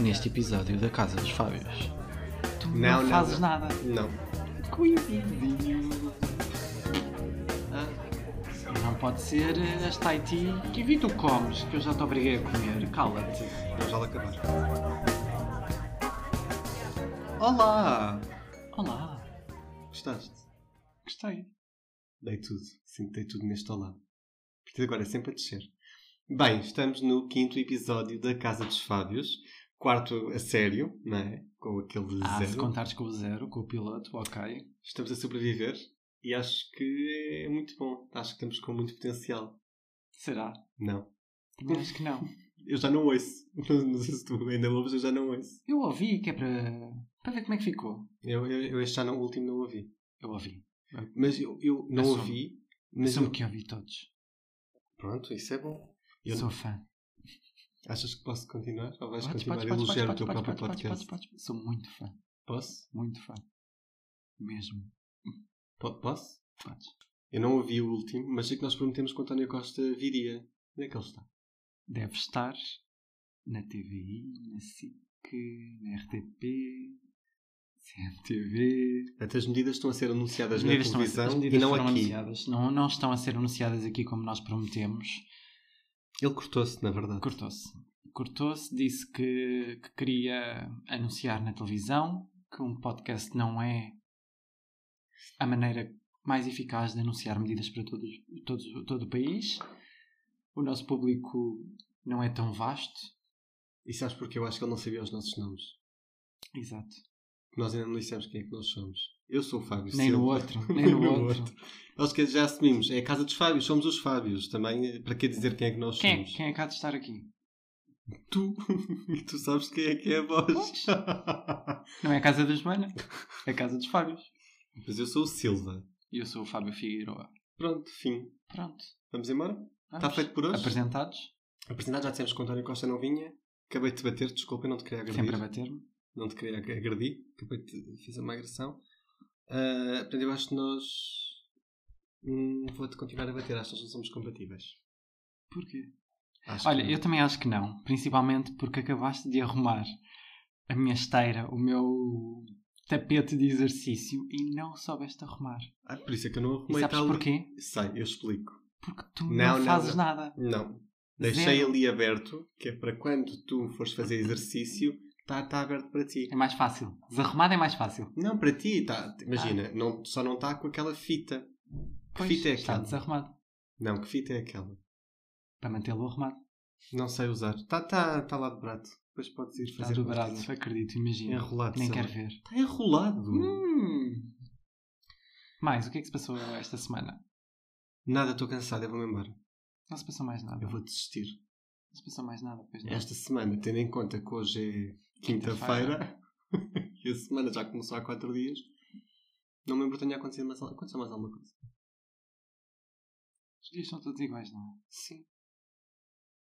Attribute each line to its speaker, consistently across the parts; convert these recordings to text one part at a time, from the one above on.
Speaker 1: neste episódio da Casa dos Fábios. Tu
Speaker 2: Não,
Speaker 1: não,
Speaker 2: não,
Speaker 1: fazes
Speaker 2: não.
Speaker 1: nada.
Speaker 2: Não.
Speaker 1: Coitadinho. Ah, Não pode ser eh, as Taiti. Que vi tu comes, que eu já te obriguei a comer. Cala-te.
Speaker 2: Vamos já lá acabar. Olá!
Speaker 1: Olá.
Speaker 2: Gostaste?
Speaker 1: Gostei.
Speaker 2: Dei tudo. Sinto que dei tudo neste olá. A partir de agora é sempre a descer. Bem, estamos no quinto episódio da Casa dos Fábios. Quarto a sério, não é? Com aquele
Speaker 1: Ah, se
Speaker 2: zero.
Speaker 1: contares com o zero, com o piloto, ok.
Speaker 2: Estamos a sobreviver e acho que é muito bom. Acho que estamos com muito potencial.
Speaker 1: Será?
Speaker 2: Não.
Speaker 1: Também acho que não.
Speaker 2: Eu já não ouço. Não sei se tu ainda ouves, eu já não ouço.
Speaker 1: Eu ouvi, que é para, para ver como é que ficou.
Speaker 2: Eu, eu, eu este já não, o último não ouvi.
Speaker 1: Eu ouvi.
Speaker 2: Mas eu, eu não
Speaker 1: Assume.
Speaker 2: ouvi.
Speaker 1: Mas
Speaker 2: Mas
Speaker 1: Sou
Speaker 2: eu-
Speaker 1: é que ouvi todos.
Speaker 2: Pronto, isso é bom. Eu-
Speaker 1: Sou fã.
Speaker 2: Achas que posso continuar? Ou vais
Speaker 1: Podes,
Speaker 2: continuar
Speaker 1: podes,
Speaker 2: a
Speaker 1: podes,
Speaker 2: elogiar o
Speaker 1: podes,
Speaker 2: teu
Speaker 1: podes,
Speaker 2: próprio
Speaker 1: podes, podes,
Speaker 2: podcast?
Speaker 1: podes, podes. Sou muito fã.
Speaker 2: Posso?
Speaker 1: Muito fã. Mesmo.
Speaker 2: Po- Posso?
Speaker 1: Podes.
Speaker 2: Eu não ouvi o último, mas sei que nós prometemos que o António Costa viria. Onde é que ele está?
Speaker 1: Deve estar na TVI, na SIC, na RTP, CMTV.
Speaker 2: Portanto, as medidas estão a ser anunciadas
Speaker 1: As medidas estão
Speaker 2: na
Speaker 1: a ser- as
Speaker 2: televisão e
Speaker 1: medidas
Speaker 2: não
Speaker 1: foram
Speaker 2: aqui.
Speaker 1: anunciadas. Não, não estão a ser anunciadas aqui como nós prometemos.
Speaker 2: Ele cortou-se, na verdade.
Speaker 1: Cortou-se. Cortou-se, disse que, que queria anunciar na televisão que um podcast não é a maneira mais eficaz de anunciar medidas para todos, todos, todo o país. O nosso público não é tão vasto.
Speaker 2: E sabes porque eu acho que ele não sabia os nossos nomes?
Speaker 1: Exato.
Speaker 2: Nós ainda não dissemos quem é que nós somos. Eu sou o Fábio
Speaker 1: Nem no
Speaker 2: Silva.
Speaker 1: outro. Nem no outro.
Speaker 2: Nós que já assumimos. É a casa dos Fábios. Somos os Fábios também. eh, Para que dizer quem é que nós
Speaker 1: Quem, é-
Speaker 2: somos?
Speaker 1: quem é cá de estar aqui?
Speaker 2: Tu. e tu sabes quem é que é a voz.
Speaker 1: Pois. Não é a casa da Joana, é a casa dos Fábios.
Speaker 2: mas eu sou o Silva.
Speaker 1: E eu sou o Fábio Figueiroa.
Speaker 2: Pronto, fim.
Speaker 1: Pronto.
Speaker 2: Vamos embora?
Speaker 1: vamos.
Speaker 2: feito por hoje?
Speaker 1: Apresentados?
Speaker 2: Apresentado, já dissemos que o António Costa não vinha. Acabei de te bater, desculpa, eu não te queria agredir.
Speaker 1: Sempre a bater-me.
Speaker 2: Não te queria ag- agredir. Acabei de fiz uma agressão. Ah, portanto, eu acho que nós. Hum, Vou-te continuar a bater, acho que nós não somos compatíveis.
Speaker 1: Porquê?
Speaker 2: Acho
Speaker 1: Olha,
Speaker 2: que
Speaker 1: eu
Speaker 2: não.
Speaker 1: também acho que não. Principalmente porque acabaste de arrumar a minha esteira, o meu tapete de exercício e não soubeste arrumar.
Speaker 2: Ah, por isso é que eu não
Speaker 1: E
Speaker 2: arrumei
Speaker 1: sabes
Speaker 2: tal.
Speaker 1: porquê?
Speaker 2: Sei, eu explico.
Speaker 1: Porque tu
Speaker 2: Não,
Speaker 1: não,
Speaker 2: não,
Speaker 1: fazes
Speaker 2: não.
Speaker 1: nada.
Speaker 2: Não. Deixei
Speaker 1: Zero.
Speaker 2: ali aberto, que é para quando tu fores fazer exercício, está tá aberto para ti.
Speaker 1: É mais fácil. Desarrumado é mais fácil.
Speaker 2: Não, para ti, tá, imagina, não, só não está com aquela fita. Que
Speaker 1: Ah. Pois,
Speaker 2: fita é
Speaker 1: está
Speaker 2: aquela?
Speaker 1: desarrumado.
Speaker 2: Não, que fita é aquela?
Speaker 1: Para mantê-lo arrumado.
Speaker 2: Não sei usar. Está tá, tá lá de brato. Depois podes ir
Speaker 1: Está
Speaker 2: fazer É
Speaker 1: dobrado,
Speaker 2: Está
Speaker 1: acredito, imagino.
Speaker 2: Enrolado,
Speaker 1: Nem
Speaker 2: sei
Speaker 1: quero
Speaker 2: lá. Tá
Speaker 1: ver.
Speaker 2: enrolado.
Speaker 1: Hum. Mais, o que é que se passou esta semana?
Speaker 2: Nada, estou cansado, eu vou-me embora.
Speaker 1: Não se passou mais nada.
Speaker 2: Eu vou É. desistir.
Speaker 1: Não se passou mais nada, pois não.
Speaker 2: Esta semana, tendo em conta que hoje é quinta-feira, e a semana já começou há quatro dias, não me lembro que tenha acontecido mais, al- aconteceu mais alguma coisa.
Speaker 1: Os dias são todos iguais, não é?
Speaker 2: Sim.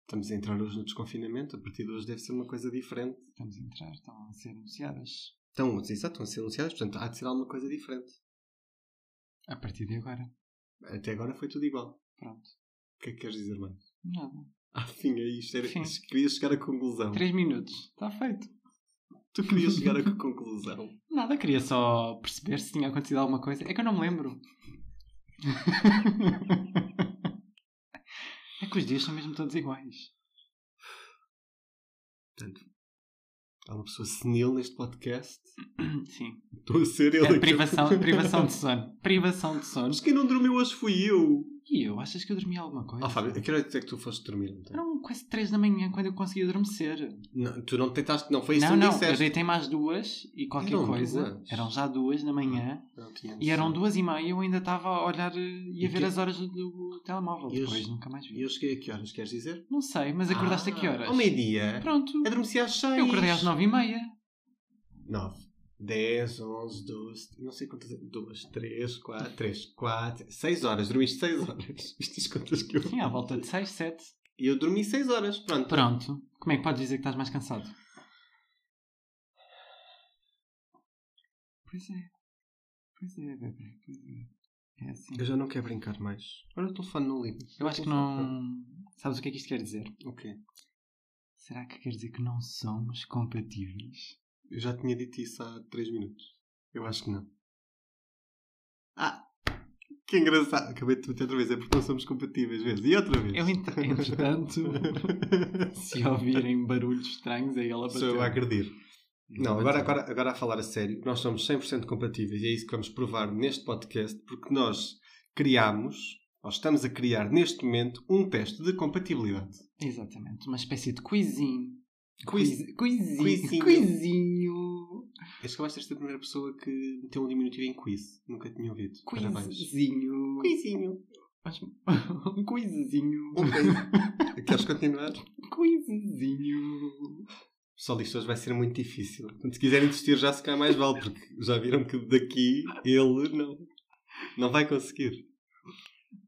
Speaker 2: Estamos a entrar hoje no desconfinamento, a partir de hoje deve ser uma coisa diferente.
Speaker 1: Estamos a entrar, estão a ser anunciadas.
Speaker 2: Estão, exato, Então, estão a ser anunciadas, portanto há de ser alguma coisa diferente.
Speaker 1: A partir de agora.
Speaker 2: Até agora foi tudo igual.
Speaker 1: Pronto.
Speaker 2: O que é que queres dizer, mãe?
Speaker 1: Nada.
Speaker 2: Ah, fim, é isto. Era,
Speaker 1: Fim.
Speaker 2: Queria chegar à conclusão.
Speaker 1: Três minutos. Está feito.
Speaker 2: Tu querias chegar à conclusão.
Speaker 1: Nada, queria só perceber se tinha acontecido alguma coisa. É que eu não me lembro. é que os dias são mesmo todos iguais.
Speaker 2: Há uma pessoa senil neste podcast.
Speaker 1: Sim.
Speaker 2: Estou a ser ele.
Speaker 1: É privação, privação de sono. Privação de sono.
Speaker 2: Mas quem não dormiu hoje fui eu.
Speaker 1: E eu? Achas que eu dormi alguma coisa?
Speaker 2: Ah, Fábio, eu quero dizer que tu foste dormir. Não, tem?
Speaker 1: Eram quase 3 da manhã quando eu consegui adormecer.
Speaker 2: não, tu não tentaste, não foi isso
Speaker 1: não,
Speaker 2: que tu
Speaker 1: não, eu
Speaker 2: disseste.
Speaker 1: deitei mais duas e qualquer
Speaker 2: Eram
Speaker 1: coisa.
Speaker 2: duas?
Speaker 1: Eram já duas da manhã
Speaker 2: Não tinha
Speaker 1: e eram
Speaker 2: noção.
Speaker 1: duas e meia e eu ainda estava a olhar eh, e
Speaker 2: E
Speaker 1: a ver
Speaker 2: que-
Speaker 1: as horas do, do telemóvel.
Speaker 2: E os-
Speaker 1: Depois nunca mais
Speaker 2: E
Speaker 1: vi.
Speaker 2: eu cheguei a que horas, queres dizer? Ah,
Speaker 1: Não sei, mas acordaste a que horas?
Speaker 2: Ao meio-dia.
Speaker 1: Pronto,
Speaker 2: Adormeci às seis.
Speaker 1: eu acordei às nove e meia.
Speaker 2: 9, 10, 11, 12, não sei quantas, é. 2, 3, 4, 3, 4, 6 horas, dormiste 6 horas. Isto diz quantas que eu.
Speaker 1: Sim, à volta de seis, sete.
Speaker 2: E eu dormi 6 horas, pronto.
Speaker 1: Pronto, como é que podes dizer que estás mais cansado? Pois é, pois é, bebê, pois é. É assim.
Speaker 2: Eu já não quero brincar mais. Olha o telefone não liga.
Speaker 1: Eu acho que não. Sabes o que é que isto quer dizer?
Speaker 2: Ok.
Speaker 1: Será que quer dizer que não somos compatíveis?
Speaker 2: Eu já tinha dito isso há 3 minutos. Eu acho que não. Ah! Que engraçado! Acabei de meter outra vez. É porque não somos compatíveis, vezes. E outra vez.
Speaker 1: Eu, ent- entretanto, se ouvirem barulhos estranhos, aí ela
Speaker 2: Sou
Speaker 1: bateu.
Speaker 2: eu a agredir.
Speaker 1: Ela
Speaker 2: Não, agora,
Speaker 1: bateu.
Speaker 2: agora, agora a falar a sério, nós somos 100% compatíveis e é isso que vamos provar neste podcast, porque nós criámos, ou estamos a criar neste momento, um teste de compatibilidade.
Speaker 1: Exatamente, uma espécie de quizinho.
Speaker 2: Quiz-
Speaker 1: Quiz- Quizinho.
Speaker 2: Quizinho.
Speaker 1: Quizinho.
Speaker 2: Acho que vais ser a primeira pessoa que meteu um diminutivo em quiz. Nunca tinha ouvido. Parabéns.
Speaker 1: Quizinho.
Speaker 2: Quizinho.
Speaker 1: Mas- Um quizinho.
Speaker 2: Queres continuar?
Speaker 1: Um quizinho.
Speaker 2: Só isto hoje vai ser muito difícil. Portanto, se quiserem desistir, já se calhar mais vale, porque já viram que daqui ele não, não vai conseguir.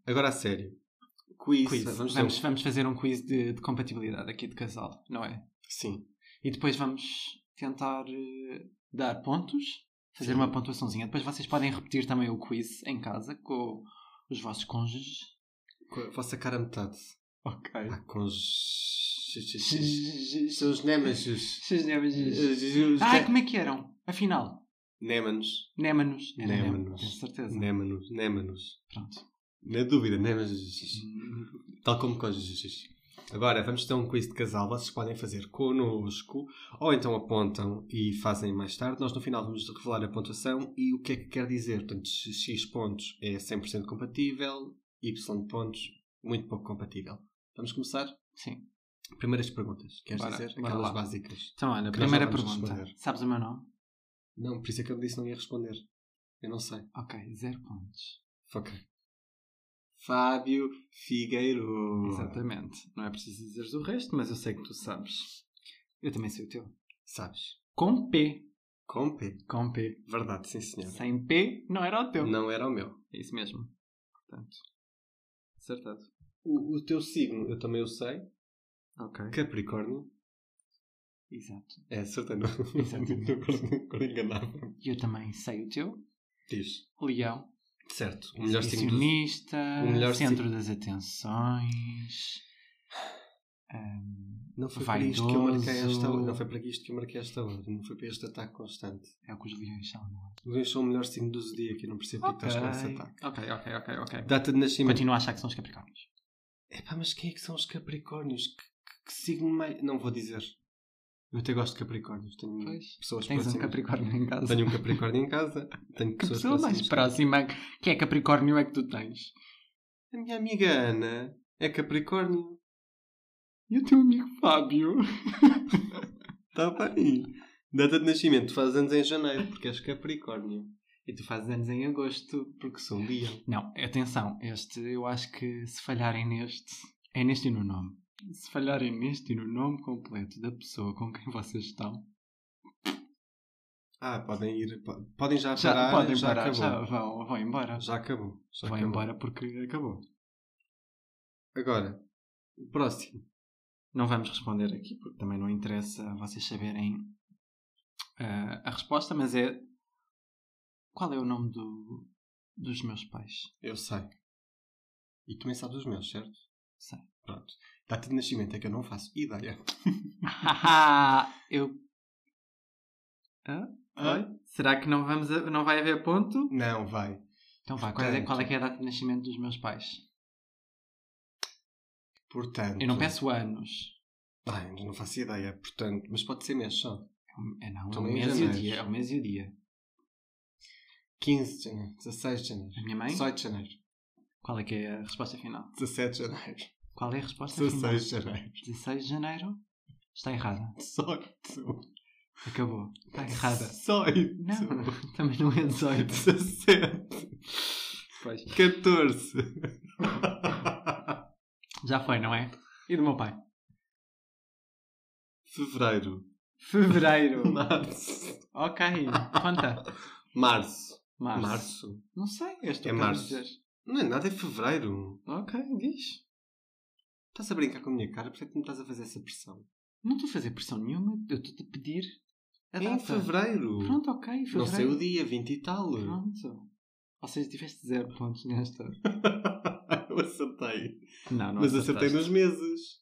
Speaker 2: Agora a sério. Quiz.
Speaker 1: Quiz. Vamos,
Speaker 2: Vamos, ter um-
Speaker 1: vamos, fazer um quiz de, de compatibilidade aqui de casal, não é?
Speaker 2: Sim.
Speaker 1: E depois vamos tentar eh, dar pontos, fazer
Speaker 2: Sim.
Speaker 1: uma pontuaçãozinha. Depois vocês podem repetir também o quiz em casa com os vossos cônjuges.
Speaker 2: Com a vossa cara a metade.
Speaker 1: Ok.
Speaker 2: Ah, com os... São os némesis.
Speaker 1: Ai, como é que eram? Afinal,
Speaker 2: Némanos.
Speaker 1: Némanos. Era
Speaker 2: Némanos.
Speaker 1: Tenho certeza.
Speaker 2: Némanos. Némanos.
Speaker 1: Pronto.
Speaker 2: Na dúvida, némesis.
Speaker 1: Hum.
Speaker 2: Tal como cônjuges. Agora, vamos ter um quiz de casal. Vocês podem fazer connosco, ou então apontam e fazem mais tarde. Nós, no final, vamos revelar a pontuação e o que é que quer dizer. Portanto, X pontos é 100% compatível, Y pontos, muito pouco compatível. Vamos começar?
Speaker 1: Sim.
Speaker 2: Primeiras perguntas. Queres
Speaker 1: Bora,
Speaker 2: dizer?
Speaker 1: bora
Speaker 2: Aquelas
Speaker 1: lá.
Speaker 2: básicas.
Speaker 1: Então, olha,
Speaker 2: Que nós
Speaker 1: primeira
Speaker 2: já vamos
Speaker 1: pergunta.
Speaker 2: responder.
Speaker 1: Sabes o meu nome?
Speaker 2: Não, por isso é que eu disse que não ia responder. Eu não sei.
Speaker 1: Ok, zero pontos.
Speaker 2: Ok. Fábio Figueiro.
Speaker 1: Exatamente. Não é preciso dizeres o resto, mas eu sei que tu sabes. Eu também sei o teu.
Speaker 2: Sabes?
Speaker 1: Com P.
Speaker 2: Com P.
Speaker 1: Com P.
Speaker 2: Verdade, sim senhor.
Speaker 1: Sem P, não era o é teu.
Speaker 2: Não era o meu.
Speaker 1: É isso mesmo. Portanto, acertado.
Speaker 2: O, o teu signo, eu também o sei.
Speaker 1: Ok.
Speaker 2: Capricórnio.
Speaker 1: Exato.
Speaker 2: É, acertei. Não,
Speaker 1: Exatamente.
Speaker 2: não enganava.
Speaker 1: E Eu também sei o teu.
Speaker 2: Diz.
Speaker 1: Leão.
Speaker 2: Certo. O melhor signo do...
Speaker 1: Exhibicionista.
Speaker 2: o melhor
Speaker 1: centro das atenções. ahm,
Speaker 2: Não foi para isto que eu marquei esta
Speaker 1: Vaidoso.
Speaker 2: Não foi para isto que eu marquei esta ordem. Não foi para este ataque constante.
Speaker 1: é o que os leões são, não é?
Speaker 2: Leões são o melhor signo do zodíaco. Eu não percebo porque estás com esse ataque.
Speaker 1: ok, ok, ok. ok.
Speaker 2: Data de nascimento.
Speaker 1: Continuo a achar que são os Capricórnios.
Speaker 2: Epá, mas quem é que são os Capricórnios? Que, que- que signo mais. Não vou dizer. Eu até gosto de Capricórnios. Tenho
Speaker 1: Pois.
Speaker 2: pessoas
Speaker 1: Tens um
Speaker 2: próximas.
Speaker 1: Capricórnio em casa.
Speaker 2: Tenho um Capricórnio em casa. Tenho
Speaker 1: Que
Speaker 2: pessoas
Speaker 1: pessoa mais próxima que é Capricórnio é que tu tens?
Speaker 2: A minha amiga Ana é Capricórnio.
Speaker 1: E o teu amigo Fábio?
Speaker 2: Está Tá bem. Data de nascimento. Tu fazes anos em janeiro porque és Capricórnio. E tu fazes anos em agosto porque sou um Leão.
Speaker 1: Não, atenção, este eu acho que se falharem neste, é neste e no nome. Se falharem neste e no nome completo da pessoa com quem vocês estão,
Speaker 2: Ah, podem ir. po- Podem já
Speaker 1: já
Speaker 2: parar. Já,
Speaker 1: podem parar,
Speaker 2: acabou.
Speaker 1: já
Speaker 2: Já,
Speaker 1: vão, vão embora.
Speaker 2: acabou. Já
Speaker 1: vão
Speaker 2: acabou.
Speaker 1: embora porque acabou.
Speaker 2: Agora, o próximo.
Speaker 1: Não vamos responder aqui porque também não interessa vocês saberem ah, a resposta, mas é qual é o nome do- dos meus pais?
Speaker 2: Eu sei. E tu também sabes os meus, certo?
Speaker 1: Sei.
Speaker 2: Pronto. Data de nascimento é que eu não faço ideia.
Speaker 1: eu. Hã? Hã?
Speaker 2: Oi?
Speaker 1: Será que não, vamos a- não vai haver ponto?
Speaker 2: Não, vai.
Speaker 1: Então vá, qual é,
Speaker 2: Portanto-
Speaker 1: qual é que é a data de nascimento dos meus pais?
Speaker 2: Portanto.
Speaker 1: Eu não peço anos.
Speaker 2: Ai, não faço ideia, portanto. Mas pode ser mês só.
Speaker 1: É um- É, não, é
Speaker 2: Então
Speaker 1: um
Speaker 2: em
Speaker 1: mês e o
Speaker 2: janeiro.
Speaker 1: dia. É um mês e o dia.
Speaker 2: 15 de janeiro, 16 de janeiro,
Speaker 1: A minha mãe?
Speaker 2: 18 de janeiro,
Speaker 1: Qual é que é a resposta final?
Speaker 2: 17 de janeiro,
Speaker 1: Qual é a resposta final?
Speaker 2: 16 de janeiro,
Speaker 1: 16 de janeiro? Está errada.
Speaker 2: 18.
Speaker 1: Acabou. Está errada.
Speaker 2: 18.
Speaker 1: Não, também não é 18.
Speaker 2: 17.
Speaker 1: Pois.
Speaker 2: 14.
Speaker 1: Já foi, não é? E do meu pai?
Speaker 2: Fevereiro.
Speaker 1: Fevereiro.
Speaker 2: Março.
Speaker 1: ok, conta.
Speaker 2: Março.
Speaker 1: Março.
Speaker 2: Março.
Speaker 1: Não sei, és tu
Speaker 2: É
Speaker 1: que vais
Speaker 2: março.
Speaker 1: dizer.
Speaker 2: Não é nada, é fevereiro.
Speaker 1: Ok, diz.
Speaker 2: Estás a brincar com a minha cara? Por que é que me estás a fazer essa pressão?
Speaker 1: Não estou a fazer pressão nenhuma, eu estou-te a pedir a
Speaker 2: É em
Speaker 1: data.
Speaker 2: fevereiro.
Speaker 1: Pronto, ok, fevereiro.
Speaker 2: Não sei o dia, 20 e tal.
Speaker 1: Pronto. Ou seja, tiveste zero pontos nesta.
Speaker 2: Eu acertei.
Speaker 1: Não, não
Speaker 2: Mas acertei nos meses.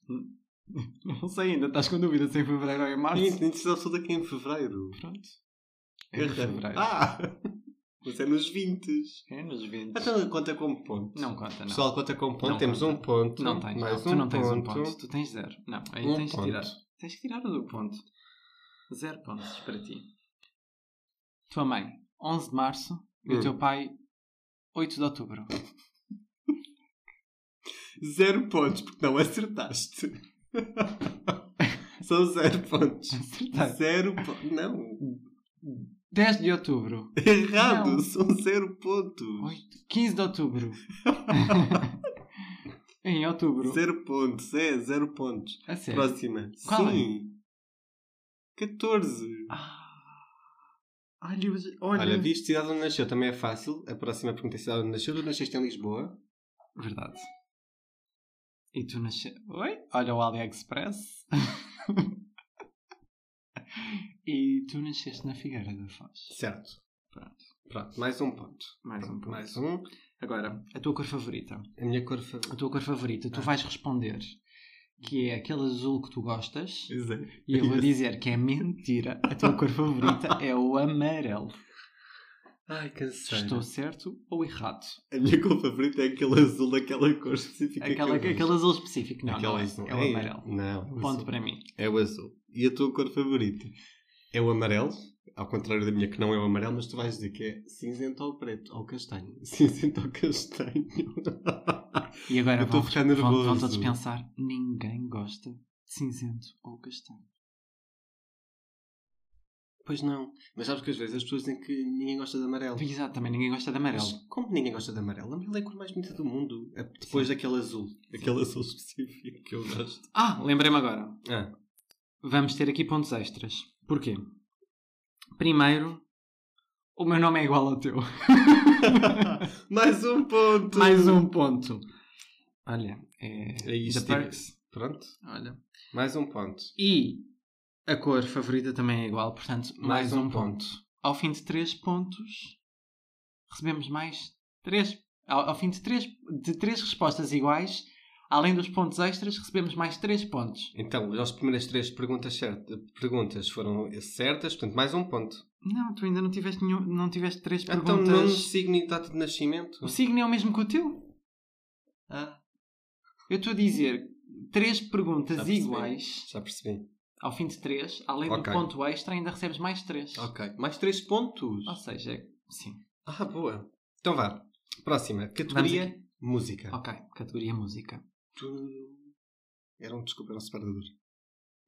Speaker 1: Não sei ainda, estás com dúvida se é em fevereiro ou em março.
Speaker 2: Nem nem precisava só daqui em fevereiro.
Speaker 1: Pronto. É em
Speaker 2: Caramba.
Speaker 1: fevereiro.
Speaker 2: Ah! Mas é nos 20.
Speaker 1: É nos 20.
Speaker 2: Então conta como ponto.
Speaker 1: Não conta, não.
Speaker 2: Pessoal, conta como ponto.
Speaker 1: Não
Speaker 2: Temos
Speaker 1: conta.
Speaker 2: um ponto.
Speaker 1: Não tens,
Speaker 2: mais
Speaker 1: não. tu
Speaker 2: um
Speaker 1: não tens um
Speaker 2: ponto.
Speaker 1: ponto, tu tens zero. Não, aí
Speaker 2: Um
Speaker 1: tens
Speaker 2: ponto.
Speaker 1: que tirar. Tens que tirar o do ponto. Zero pontos para ti. Tua mãe, 11 de março, e
Speaker 2: Hum.
Speaker 1: o teu pai, 8 de outubro.
Speaker 2: Zero pontos, porque não acertaste. São zero pontos.
Speaker 1: Acertaste.
Speaker 2: Zero pontos. Não.
Speaker 1: 10 de outubro,
Speaker 2: Errado.
Speaker 1: Não.
Speaker 2: São zero pontos.
Speaker 1: 8, 15 de outubro. em outubro.
Speaker 2: Zero pontos. É, zero pontos.
Speaker 1: A sério.
Speaker 2: Próxima.
Speaker 1: Qual é?
Speaker 2: Sim. 14.
Speaker 1: Olha, os- olha.
Speaker 2: Olha, viste cidade onde nasceu também é fácil. A próxima pergunta é cidade onde nasceu. Tu nasceste em Lisboa.
Speaker 1: Verdade. E tu nasceu. Oi? Olha o AliExpress. e tu nasceste na Figueira da Foz.
Speaker 2: Certo.
Speaker 1: Pronto.
Speaker 2: Pronto. Mais um ponto.
Speaker 1: Mais um ponto.
Speaker 2: Mais um.
Speaker 1: Agora, a tua cor favorita.
Speaker 2: A minha cor
Speaker 1: A
Speaker 2: favorita.
Speaker 1: tua cor favorita, tu
Speaker 2: Ah.
Speaker 1: vais responder que é aquele azul que tu gostas.
Speaker 2: Exato.
Speaker 1: E eu vou dizer que é mentira. A tua cor favorita é o amarelo.
Speaker 2: Ai,
Speaker 1: Se
Speaker 2: cansei.
Speaker 1: Estou certo ou errado?
Speaker 2: A minha cor favorita é aquele azul, aquela cor específica.
Speaker 1: Aquela,
Speaker 2: que é eu
Speaker 1: é aquele azul específico. Não,
Speaker 2: Aquele
Speaker 1: não é.
Speaker 2: azul.
Speaker 1: É o amarelo.
Speaker 2: Não, é o
Speaker 1: Ponto
Speaker 2: azul.
Speaker 1: para mim.
Speaker 2: É o azul. E a tua cor favorita? É o amarelo, ao contrário da minha que não é o amarelo, mas tu vais dizer que é cinzento ou preto, ou castanho. Cinzento ou castanho.
Speaker 1: E agora
Speaker 2: Eu
Speaker 1: vão,
Speaker 2: estou a ficar
Speaker 1: vão, vão
Speaker 2: nervoso.
Speaker 1: todos pensar, ninguém gosta de cinzento ou castanho.
Speaker 2: pois não. Mas sabes que às vezes as pessoas dizem que ninguém gosta de amarelo.
Speaker 1: Exato, também ninguém gosta de amarelo.
Speaker 2: Mas como ninguém gosta de amarelo? Amarelo é a cor mais bonita do mundo. É Depois daquele azul. Aquele azul específico que eu gosto.
Speaker 1: Ah, lembrei-me agora.
Speaker 2: Ah,
Speaker 1: Vamos ter aqui pontos extras. Porquê? Primeiro, o meu nome é igual ao teu.
Speaker 2: Mais um ponto!
Speaker 1: Mais um ponto. Olha, é...
Speaker 2: É isto.
Speaker 1: The Perks.
Speaker 2: Pronto,
Speaker 1: Olha.
Speaker 2: mais um ponto.
Speaker 1: E a cor favorita também é igual, portanto, mais, um ponto. Ao fim de 3 pontos, recebemos mais 3. Ao, ao fim de 3 de três respostas iguais, além dos pontos extras, recebemos mais 3 pontos.
Speaker 2: Então, as primeiras três perguntas, certas, perguntas foram certas, portanto, mais um ponto.
Speaker 1: Não, tu ainda não tiveste nenhum, não tiveste 3
Speaker 2: Então, nome,
Speaker 1: perguntas.
Speaker 2: signo e data de nascimento?
Speaker 1: O signo é o mesmo que o teu.
Speaker 2: Ah,
Speaker 1: Eu estou a dizer 3 perguntas
Speaker 2: Já percebi.
Speaker 1: iguais,
Speaker 2: já percebi.
Speaker 1: ao fim de 3, além
Speaker 2: Ok.
Speaker 1: do ponto extra, ainda recebes mais 3.
Speaker 2: Ok, mais três pontos.
Speaker 1: Ou seja, é- sim.
Speaker 2: Ah, boa. Então, vá. Próxima,
Speaker 1: Vamos
Speaker 2: categoria música.
Speaker 1: Ok, categoria música.
Speaker 2: Ah, Tu- Era um, desculpa, era um separador.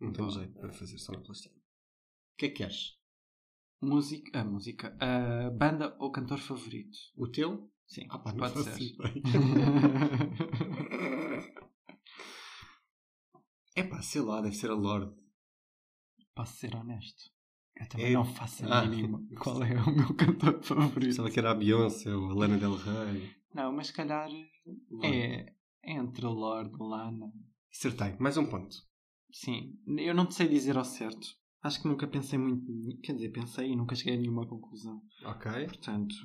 Speaker 2: Não tenho
Speaker 1: Boa.
Speaker 2: jeito para fazer só na plastina. O que é que queres?
Speaker 1: Música, a música, a banda ou cantor favorito?
Speaker 2: O teu?
Speaker 1: Sim,
Speaker 2: Ah, pá, não
Speaker 1: pode
Speaker 2: faço
Speaker 1: ser.
Speaker 2: ideia. É pá, sei lá, deve ser a Lorde.
Speaker 1: Posso ser honesto? Eu também
Speaker 2: É-
Speaker 1: não faço a
Speaker 2: Ah.
Speaker 1: mínima qual é o meu cantor favorito.
Speaker 2: Pensava que era a Beyoncé ou a Lana Del Rey.
Speaker 1: Não, mas se calhar é entre Lorde Lana.
Speaker 2: Acertei, mais um ponto.
Speaker 1: Sim, eu não te sei dizer ao certo. Acho que nunca pensei muito. ni- Quer dizer, pensei e nunca cheguei a nenhuma conclusão.
Speaker 2: Ok.
Speaker 1: Portanto,